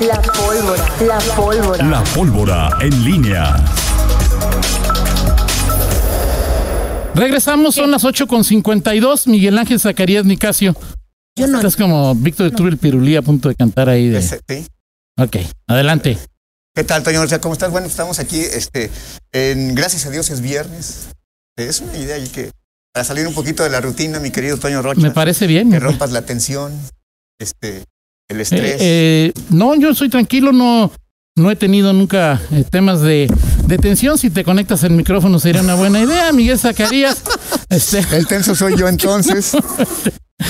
La pólvora. La pólvora. La pólvora en línea. Regresamos, son las 8.52. Miguel Ángel Zacarías Nicasio. Yo no. Estás como Víctor Turbil Pirulí a punto de cantar ahí. De... Ese, sí. Ok, adelante. ¿Qué tal, Toño García? ¿Cómo estás? Bueno, estamos aquí, este, en Gracias a Dios es viernes. Eh, Es una idea ahí que, para salir un poquito de la rutina, mi querido Toño Rocha, Me parece bien. Eh, me que rompas la tensión, este, el Eh, estrés. eh, no, yo soy tranquilo, no, no he tenido nunca eh, temas de, de tensión. Si te conectas el micrófono sería una buena idea, Miguel Zacarías. Este, El tenso soy yo entonces. El,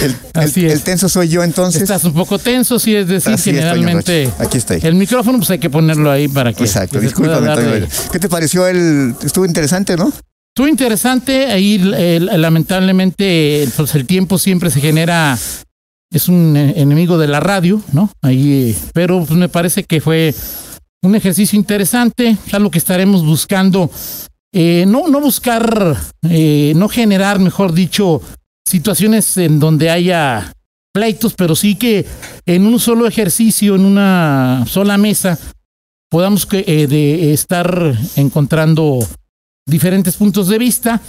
el- Así es. el tenso soy yo entonces. estás un poco tenso, sí, es decir, Así es, Toño generalmente. Rocha. Aquí estoy. El micrófono, pues hay que ponerlo ahí para que. Exacto, que se pueda discúlpame, dar Toño. de- ¿Qué te pareció el. Estuvo interesante, ¿no? Estuvo interesante, ahí eh, lamentablemente eh, pues, el tiempo siempre se genera, es un eh, enemigo de la radio, ¿no? Ahí, eh, pero pues, me parece que fue un ejercicio interesante, es algo que estaremos buscando, eh, no, no buscar, eh, no generar, mejor dicho, situaciones en donde haya pleitos, pero sí que en un solo ejercicio, en una sola mesa, podamos que, eh, de estar encontrando diferentes puntos de vista.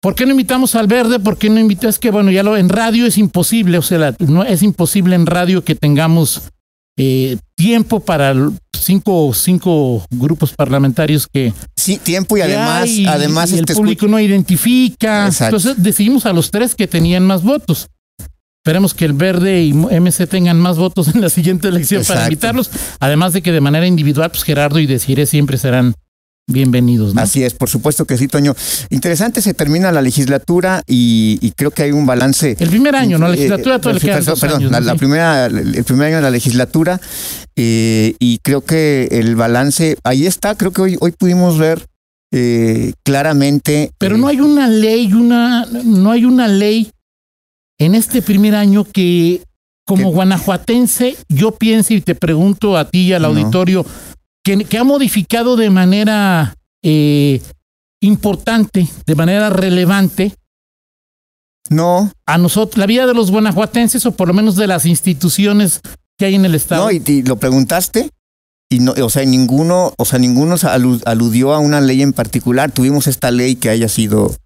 ¿Por qué no invitamos al verde? ¿Por qué no invitamos? Es que, bueno, ya lo en radio es imposible, o sea, la- no, es imposible en radio que tengamos eh, tiempo para l- cinco, cinco grupos parlamentarios que, Sí, tiempo y que además, hay, además, y el este, escu- público no identifica. Exacto. Entonces decidimos a los tres que tenían más votos. Esperemos que el verde y MC tengan más votos en la siguiente elección para Exacto. invitarlos. Además de que de manera individual, pues Gerardo y Desiree siempre serán bienvenidos. ¿no? Así es, por supuesto que sí, Toño. Interesante, se termina la legislatura y, y creo que hay un balance. El primer año, ¿no? La Eh, legislatura todo le sí, quedan perdón, dos perdón, años, la, ¿no? la Sí. primera, el primer año de la legislatura eh, y creo que el balance ahí está. Creo que hoy, hoy pudimos ver eh, claramente. eh, Pero no hay una ley, una, no hay una ley en este primer año que, como Que- guanajuatense, yo piense y te pregunto a ti y al No. auditorio, que, que ha modificado de manera eh, importante, de manera relevante, No, a nosotros, la vida de los guanajuatenses o por lo menos de las instituciones que hay en el Estado. no, y, y lo preguntaste. Y no, o sea, ninguno, o sea, ninguno se alu- aludió a una ley en particular. Tuvimos esta ley que haya sido,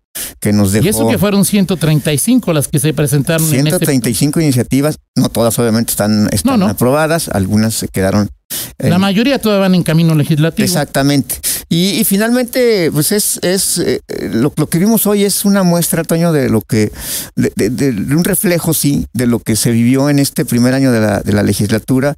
que nos dejó. y eso que fueron 135 las que se presentaron en este 135 iniciativas, no todas obviamente están, están No, no. aprobadas, algunas se quedaron. eh, La mayoría todavía van en camino legislativo. Exactamente. Y, y finalmente, pues es, es eh, eh, lo, lo que vimos hoy es una muestra, Toño, de lo que, de, de- de un reflejo, sí, de lo que se vivió en este primer año de la, de la legislatura.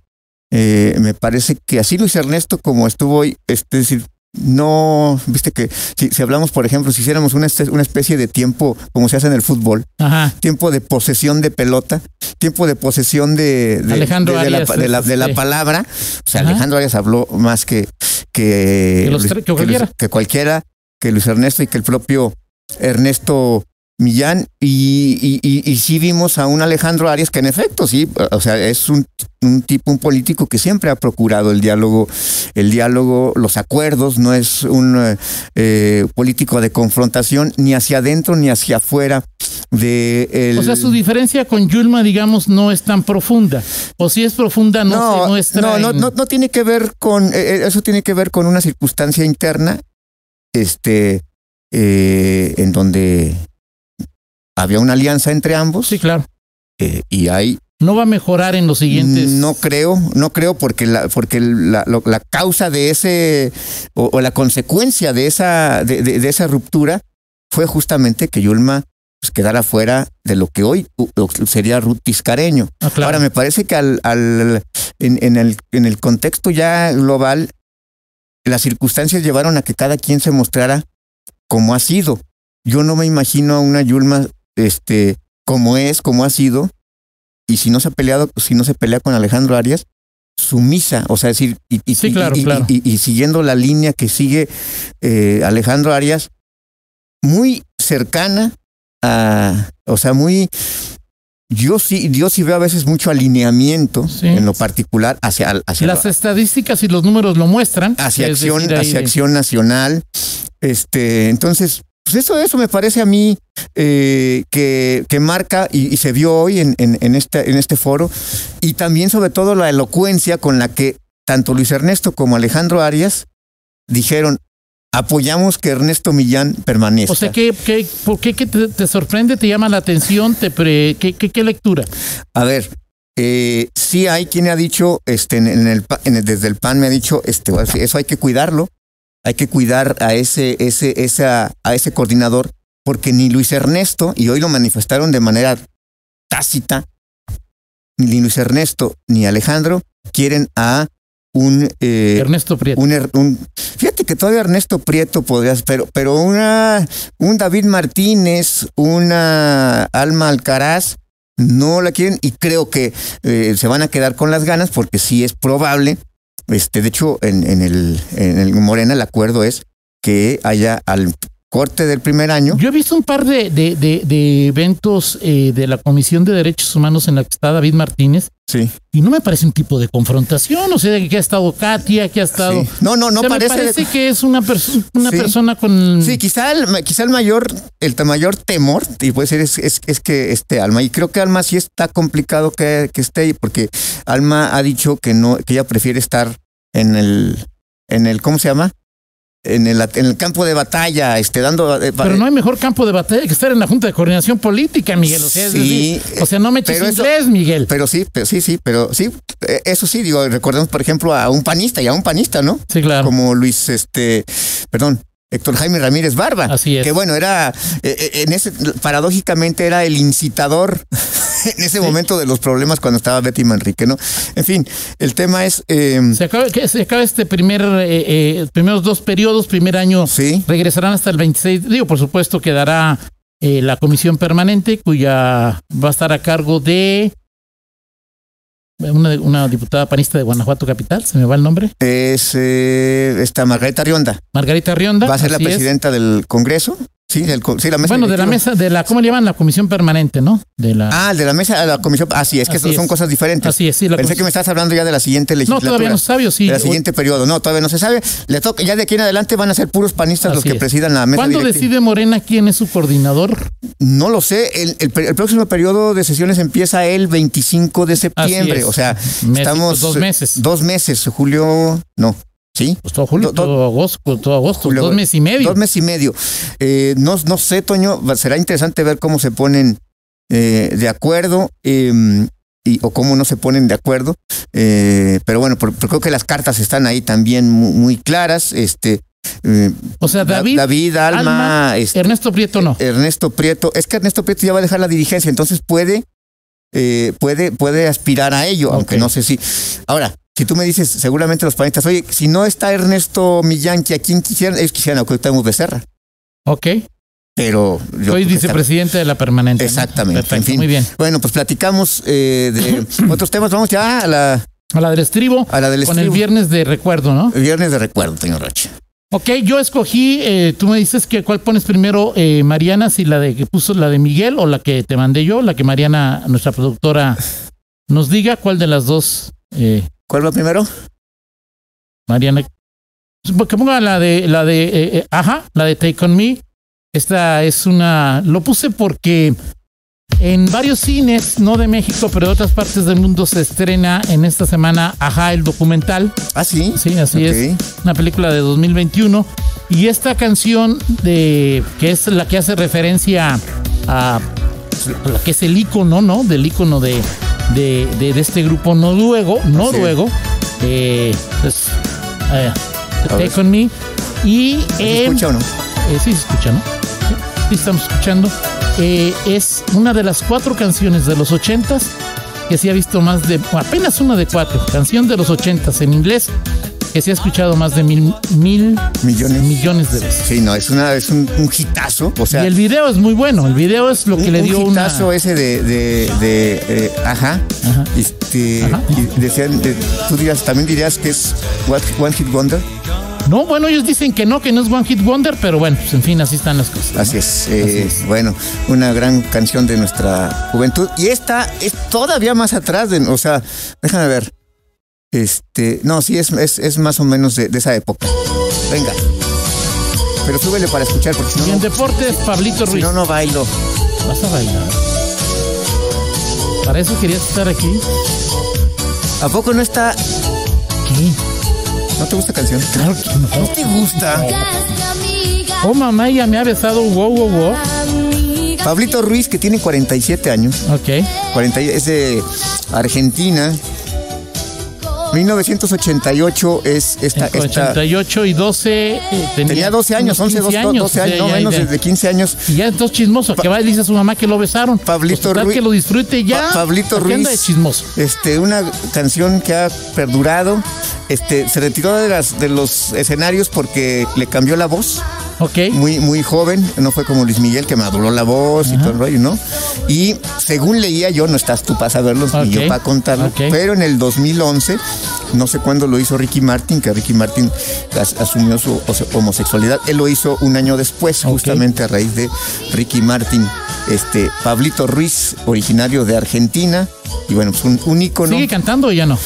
Eh, me parece que así Luis Ernesto, como estuvo hoy, este, es decir, no, viste que si, si hablamos, por ejemplo, si hiciéramos una, este- una especie de tiempo, como se hace en el fútbol, Ajá. tiempo de posesión de pelota, tiempo de posesión de, de- Alejandro de- de la- Arias, de la, de la este. palabra. O sea, Ajá. Alejandro Arias habló más que que, Que los Luis- tres- que Luis- cualquiera. que cualquiera, que Luis Ernesto y que el propio Ernesto Millán. Y, y, y- y sí vimos a un Alejandro Arias que en efecto, sí, o sea, es un, un tipo, un político que siempre ha procurado el diálogo, el diálogo, los acuerdos, no es un eh, eh, político de confrontación ni hacia adentro ni hacia afuera de el- O sea, su diferencia con Yulma, digamos, no es tan profunda. O si es profunda, no, se muestra. no, no, en- no, no tiene que ver con eh, eh, eso tiene que ver con una circunstancia interna, este, eh, en donde había una alianza entre ambos Sí, claro. eh, y hay No va a mejorar en los siguientes. No creo, no creo porque la, porque la, lo- la causa de ese o, o la consecuencia de esa, de, de- de esa ruptura fue justamente que Yulma pues, quedara fuera de lo que hoy u- u- sería Ruth Tiscareño. Ah, claro. Ahora me parece que al, al- en, en el, en el contexto ya global, las circunstancias llevaron a que cada quien se mostrara como ha sido. Yo no me imagino a una Yulma este, como es, como ha sido, y si no se ha peleado, si no se pelea con Alejandro Arias, sumisa, o sea, decir, y, y- Sí, y- claro, y- y- claro. y- y siguiendo la línea que sigue eh, Alejandro Arias, muy cercana a, o sea, muy, yo sí, yo sí veo a veces mucho alineamiento Sí. en lo particular hacia, hacia Las estadísticas y los números lo muestran. hacia Es acción, decir, ahí hacia de- acción nacional. Este, entonces, pues eso, eso me parece a mí eh, que, que marca y, y se vio hoy en, en, en este, en este foro. Y también, sobre todo, la elocuencia con la que tanto Luis Ernesto como Alejandro Arias dijeron, apoyamos que Ernesto Millán permanezca. O sea, ¿qué, qué, por qué que te, te sorprende, te llama la atención, te pre, qué, qué, qué lectura? A ver, eh, sí hay quien ha dicho, este, en, en el, pa- en el- desde el PAN me ha dicho, este, eso hay que cuidarlo, hay que cuidar a ese, ese, esa, a ese coordinador, porque ni Luis Ernesto, y hoy lo manifestaron de manera tácita, ni Luis Ernesto ni Alejandro quieren a un... eh, Ernesto Prieto. un, Er- un- fíjate que todavía Ernesto Prieto podrías, pero, pero una, un David Martínez, una Alma Alcaraz, no la quieren y creo que eh, se van a quedar con las ganas porque sí es probable. Este, de hecho, en, en el, en el Morena el acuerdo es que haya al corte del primer año. Yo he visto un par de, de, de- de eventos eh, de la Comisión de Derechos Humanos en la que está David Martínez Sí. y no me parece un tipo de confrontación. O sea, que ha estado Katia, que ha estado. sí. No, no, no O sea, parece. Me parece que es una, perso- una Sí. persona con. Sí, quizá el, ma- quizá el mayor, el ta- mayor temor, y puede ser, es, es, es que este Alma, y creo que Alma sí está complicado que, que esté ahí, porque Alma ha dicho que no, que ella prefiere estar en el, en el, ¿cómo se llama? En el, at- en el campo de batalla, este, dando. eh, ba- Pero no hay mejor campo de batalla que estar en la Junta de Coordinación Política, Miguel. O sea, es Sí, decir, o sea no me eches pero eso- inglés, Miguel. eh, pero sí, pero sí, sí, pero sí, eh, eso sí, digo, recordemos, por ejemplo, a un panista y a un panista, ¿no? sí, claro. como Luis, este, perdón, Héctor Jaime Ramírez Barba. Así es. Que bueno, era, eh, eh, en ese, paradójicamente era el incitador en ese momento de los problemas cuando estaba Betty Manrique, ¿no? En fin, el tema es, eh, Se acaba, que se acaba este primer, eh, eh, primeros dos periodos, primer año. sí, Regresarán hasta el 26. Digo, por supuesto, quedará eh, la comisión permanente, cuya va a estar a cargo de una, una diputada panista de Guanajuato Capital, se me va el nombre, es eh, esta Margarita Rionda, Margarita Rionda. va a ser la Ah, así es. presidenta del Congreso, sí, del, co- sí, la mesa Bueno, de la directiva. mesa, de la, ¿cómo le llaman? La comisión permanente, ¿no? De la. Ah, de la mesa a la comisión. Así es que Así son es. cosas diferentes. así es, sí, la Pensé que comisión- me estás hablando ya de la siguiente No, legislatura. todavía no sabio, sí. Del siguiente periodo. No, todavía no se sabe. Le toca, ya de aquí en adelante van a ser puros panistas los Así que es. presidan la mesa ¿Cuándo directiva. decide Morena quién es su coordinador? No lo sé. El, el per- el próximo periodo de sesiones empieza el 25 de septiembre. es. O sea, Mes- estamos. eh, Dos meses. Dos meses. Julio. No. Sí. Pues todo julio, do- do- todo agosto, pues, todo agosto, Julio, dos meses y medio. Dos meses y medio. Eh, no, no sé, Toño. va- Será interesante ver cómo se ponen eh, de acuerdo. eh, y, o cómo no se ponen de acuerdo. Eh, pero bueno, por- por- creo que las cartas están ahí también mu- muy, claras. Este, eh, o sea, Da- David, David Alma, Alma, este, Ernesto Prieto no. Ernesto Prieto. Es que Ernesto Prieto ya va a dejar la dirigencia, entonces puede, eh, puede, puede aspirar a ello, aunque Ok. no sé si. Ahora, si tú me dices, seguramente los panistas, oye, si no está Ernesto Millán, ¿a quién quisieran? Ellos quisieran a Cuauhtémoc Becerra, Ok. pero. yo Soy creo que está- vicepresidente de la permanente. ¿no? Exactamente, Perfecto, en fin. Muy bien. Bueno, pues platicamos eh, de otros temas. Vamos ya a la, A la del estribo, a la del con el estribo. viernes de recuerdo, ¿no? Viernes de recuerdo, señor Rocha. Ok, yo escogí, eh, tú me dices que cuál pones primero, eh, Mariana, si la de que puso la de Miguel o la que te mandé yo, la que Mariana, nuestra productora, nos diga cuál de las dos, eh, ¿Cuál va primero? Mariana. Que ponga la de, la de, eh, eh, ajá, la de Take On Me. Esta es una, lo puse porque en varios cines, no de México, pero de otras partes del mundo, se estrena en esta semana, ajá, el documental. Ah, sí. Sí, así es Ok. una película de 2021 y esta canción de que es la que hace referencia a, a la que es el icono, ¿no? Del icono de, de, de- de este grupo noruego, noruego, eh, pues, eh, A ver. Take on Me y ¿Se eh, escucha o no? eh, sí se escucha, ¿no? Sí estamos escuchando. Eh, es una de las cuatro canciones de los ochentas que se ha visto más de, o apenas una de cuatro, canción de los ochentas en inglés que se ha escuchado más de mil, mil Millones. millones de veces. Sí, no, es, una, es un, un hitazo. O sea, y el video es muy bueno, el video es lo que un, le un dio una... hitazo ese de, de, de, eh, ajá, Ajá. este Ajá. y decían eh, tú dirás también dirías que es what- one hit wonder No, bueno, ellos dicen que no, que no es One Hit Wonder, pero bueno, pues en fin, así están las cosas. ¿no? así es, eh, Así es. bueno una gran canción de nuestra juventud y esta es todavía más atrás de, o sea déjame ver este no sí es es, es más o menos de, de esa época venga pero súbele para escuchar porque si Y en no no, deportes, Pablito si Ruiz, no, no bailo vas a bailar. Para eso querías estar aquí. a poco no está ¿No te gusta canción? Claro que no. ¿No te gusta? Oh, mamá, ya me ha besado. Wow, wow, wow. Pablito Ruiz, que tiene 47 años, Ok. 40, y- es de Argentina. 1988 es esta... Con esta 88 y 12. eh, tenía, tenía 12 años, unos 11, 12, 15 años, 12 años, o sea, no ya, menos, ya. desde 15 años. Y ya entonces chismoso, que va y dice a su mamá que lo besaron. Pablito Pues, total, Ruiz- Que lo disfrute ya. Pa- Pablito porque Ruiz. anda de chismoso. Este, una canción que ha perdurado. Este, se retiró de, las, de los escenarios porque le cambió la voz. Ok. Muy, muy joven. No fue como Luis Miguel que maduró la voz y todo el rollo, ¿no? Y según leía yo, no estás tú para saberlo ni yo Ok, para contarlo. ok. Pero en el 2011, no sé cuándo lo hizo Ricky Martin, que Ricky Martin as- asumió su ose- homosexualidad. Él lo hizo un año después, Ok. justamente a raíz de Ricky Martin. Este, Pablito Ruiz, originario de Argentina. Y bueno, pues un, un ícono. ¿Sigue cantando o ya no?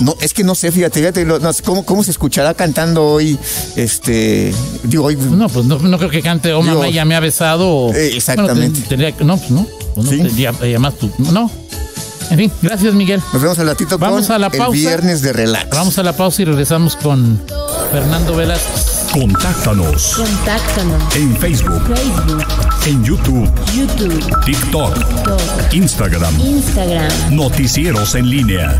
No, es que no sé, fíjate, fíjate, lo- no sé, ¿cómo, cómo se escuchará cantando hoy? Este, digo, hoy No, pues no, no creo que cante. Oh, mamá, Digo, ya me ha besado. o- eh, exactamente. Bueno, ten- tendría que- no, pues no. Pues no Sí. tendría- eh, además tú- No. En fin, gracias, Miguel. Nos vemos al ratito Vamos con a la pausa. el viernes de relax. Vamos a la pausa y regresamos con Fernando Velázquez. Contáctanos Contáctanos. en Facebook, Facebook, en YouTube, YouTube, TikTok, TikTok, Instagram. Instagram. Noticieros en línea.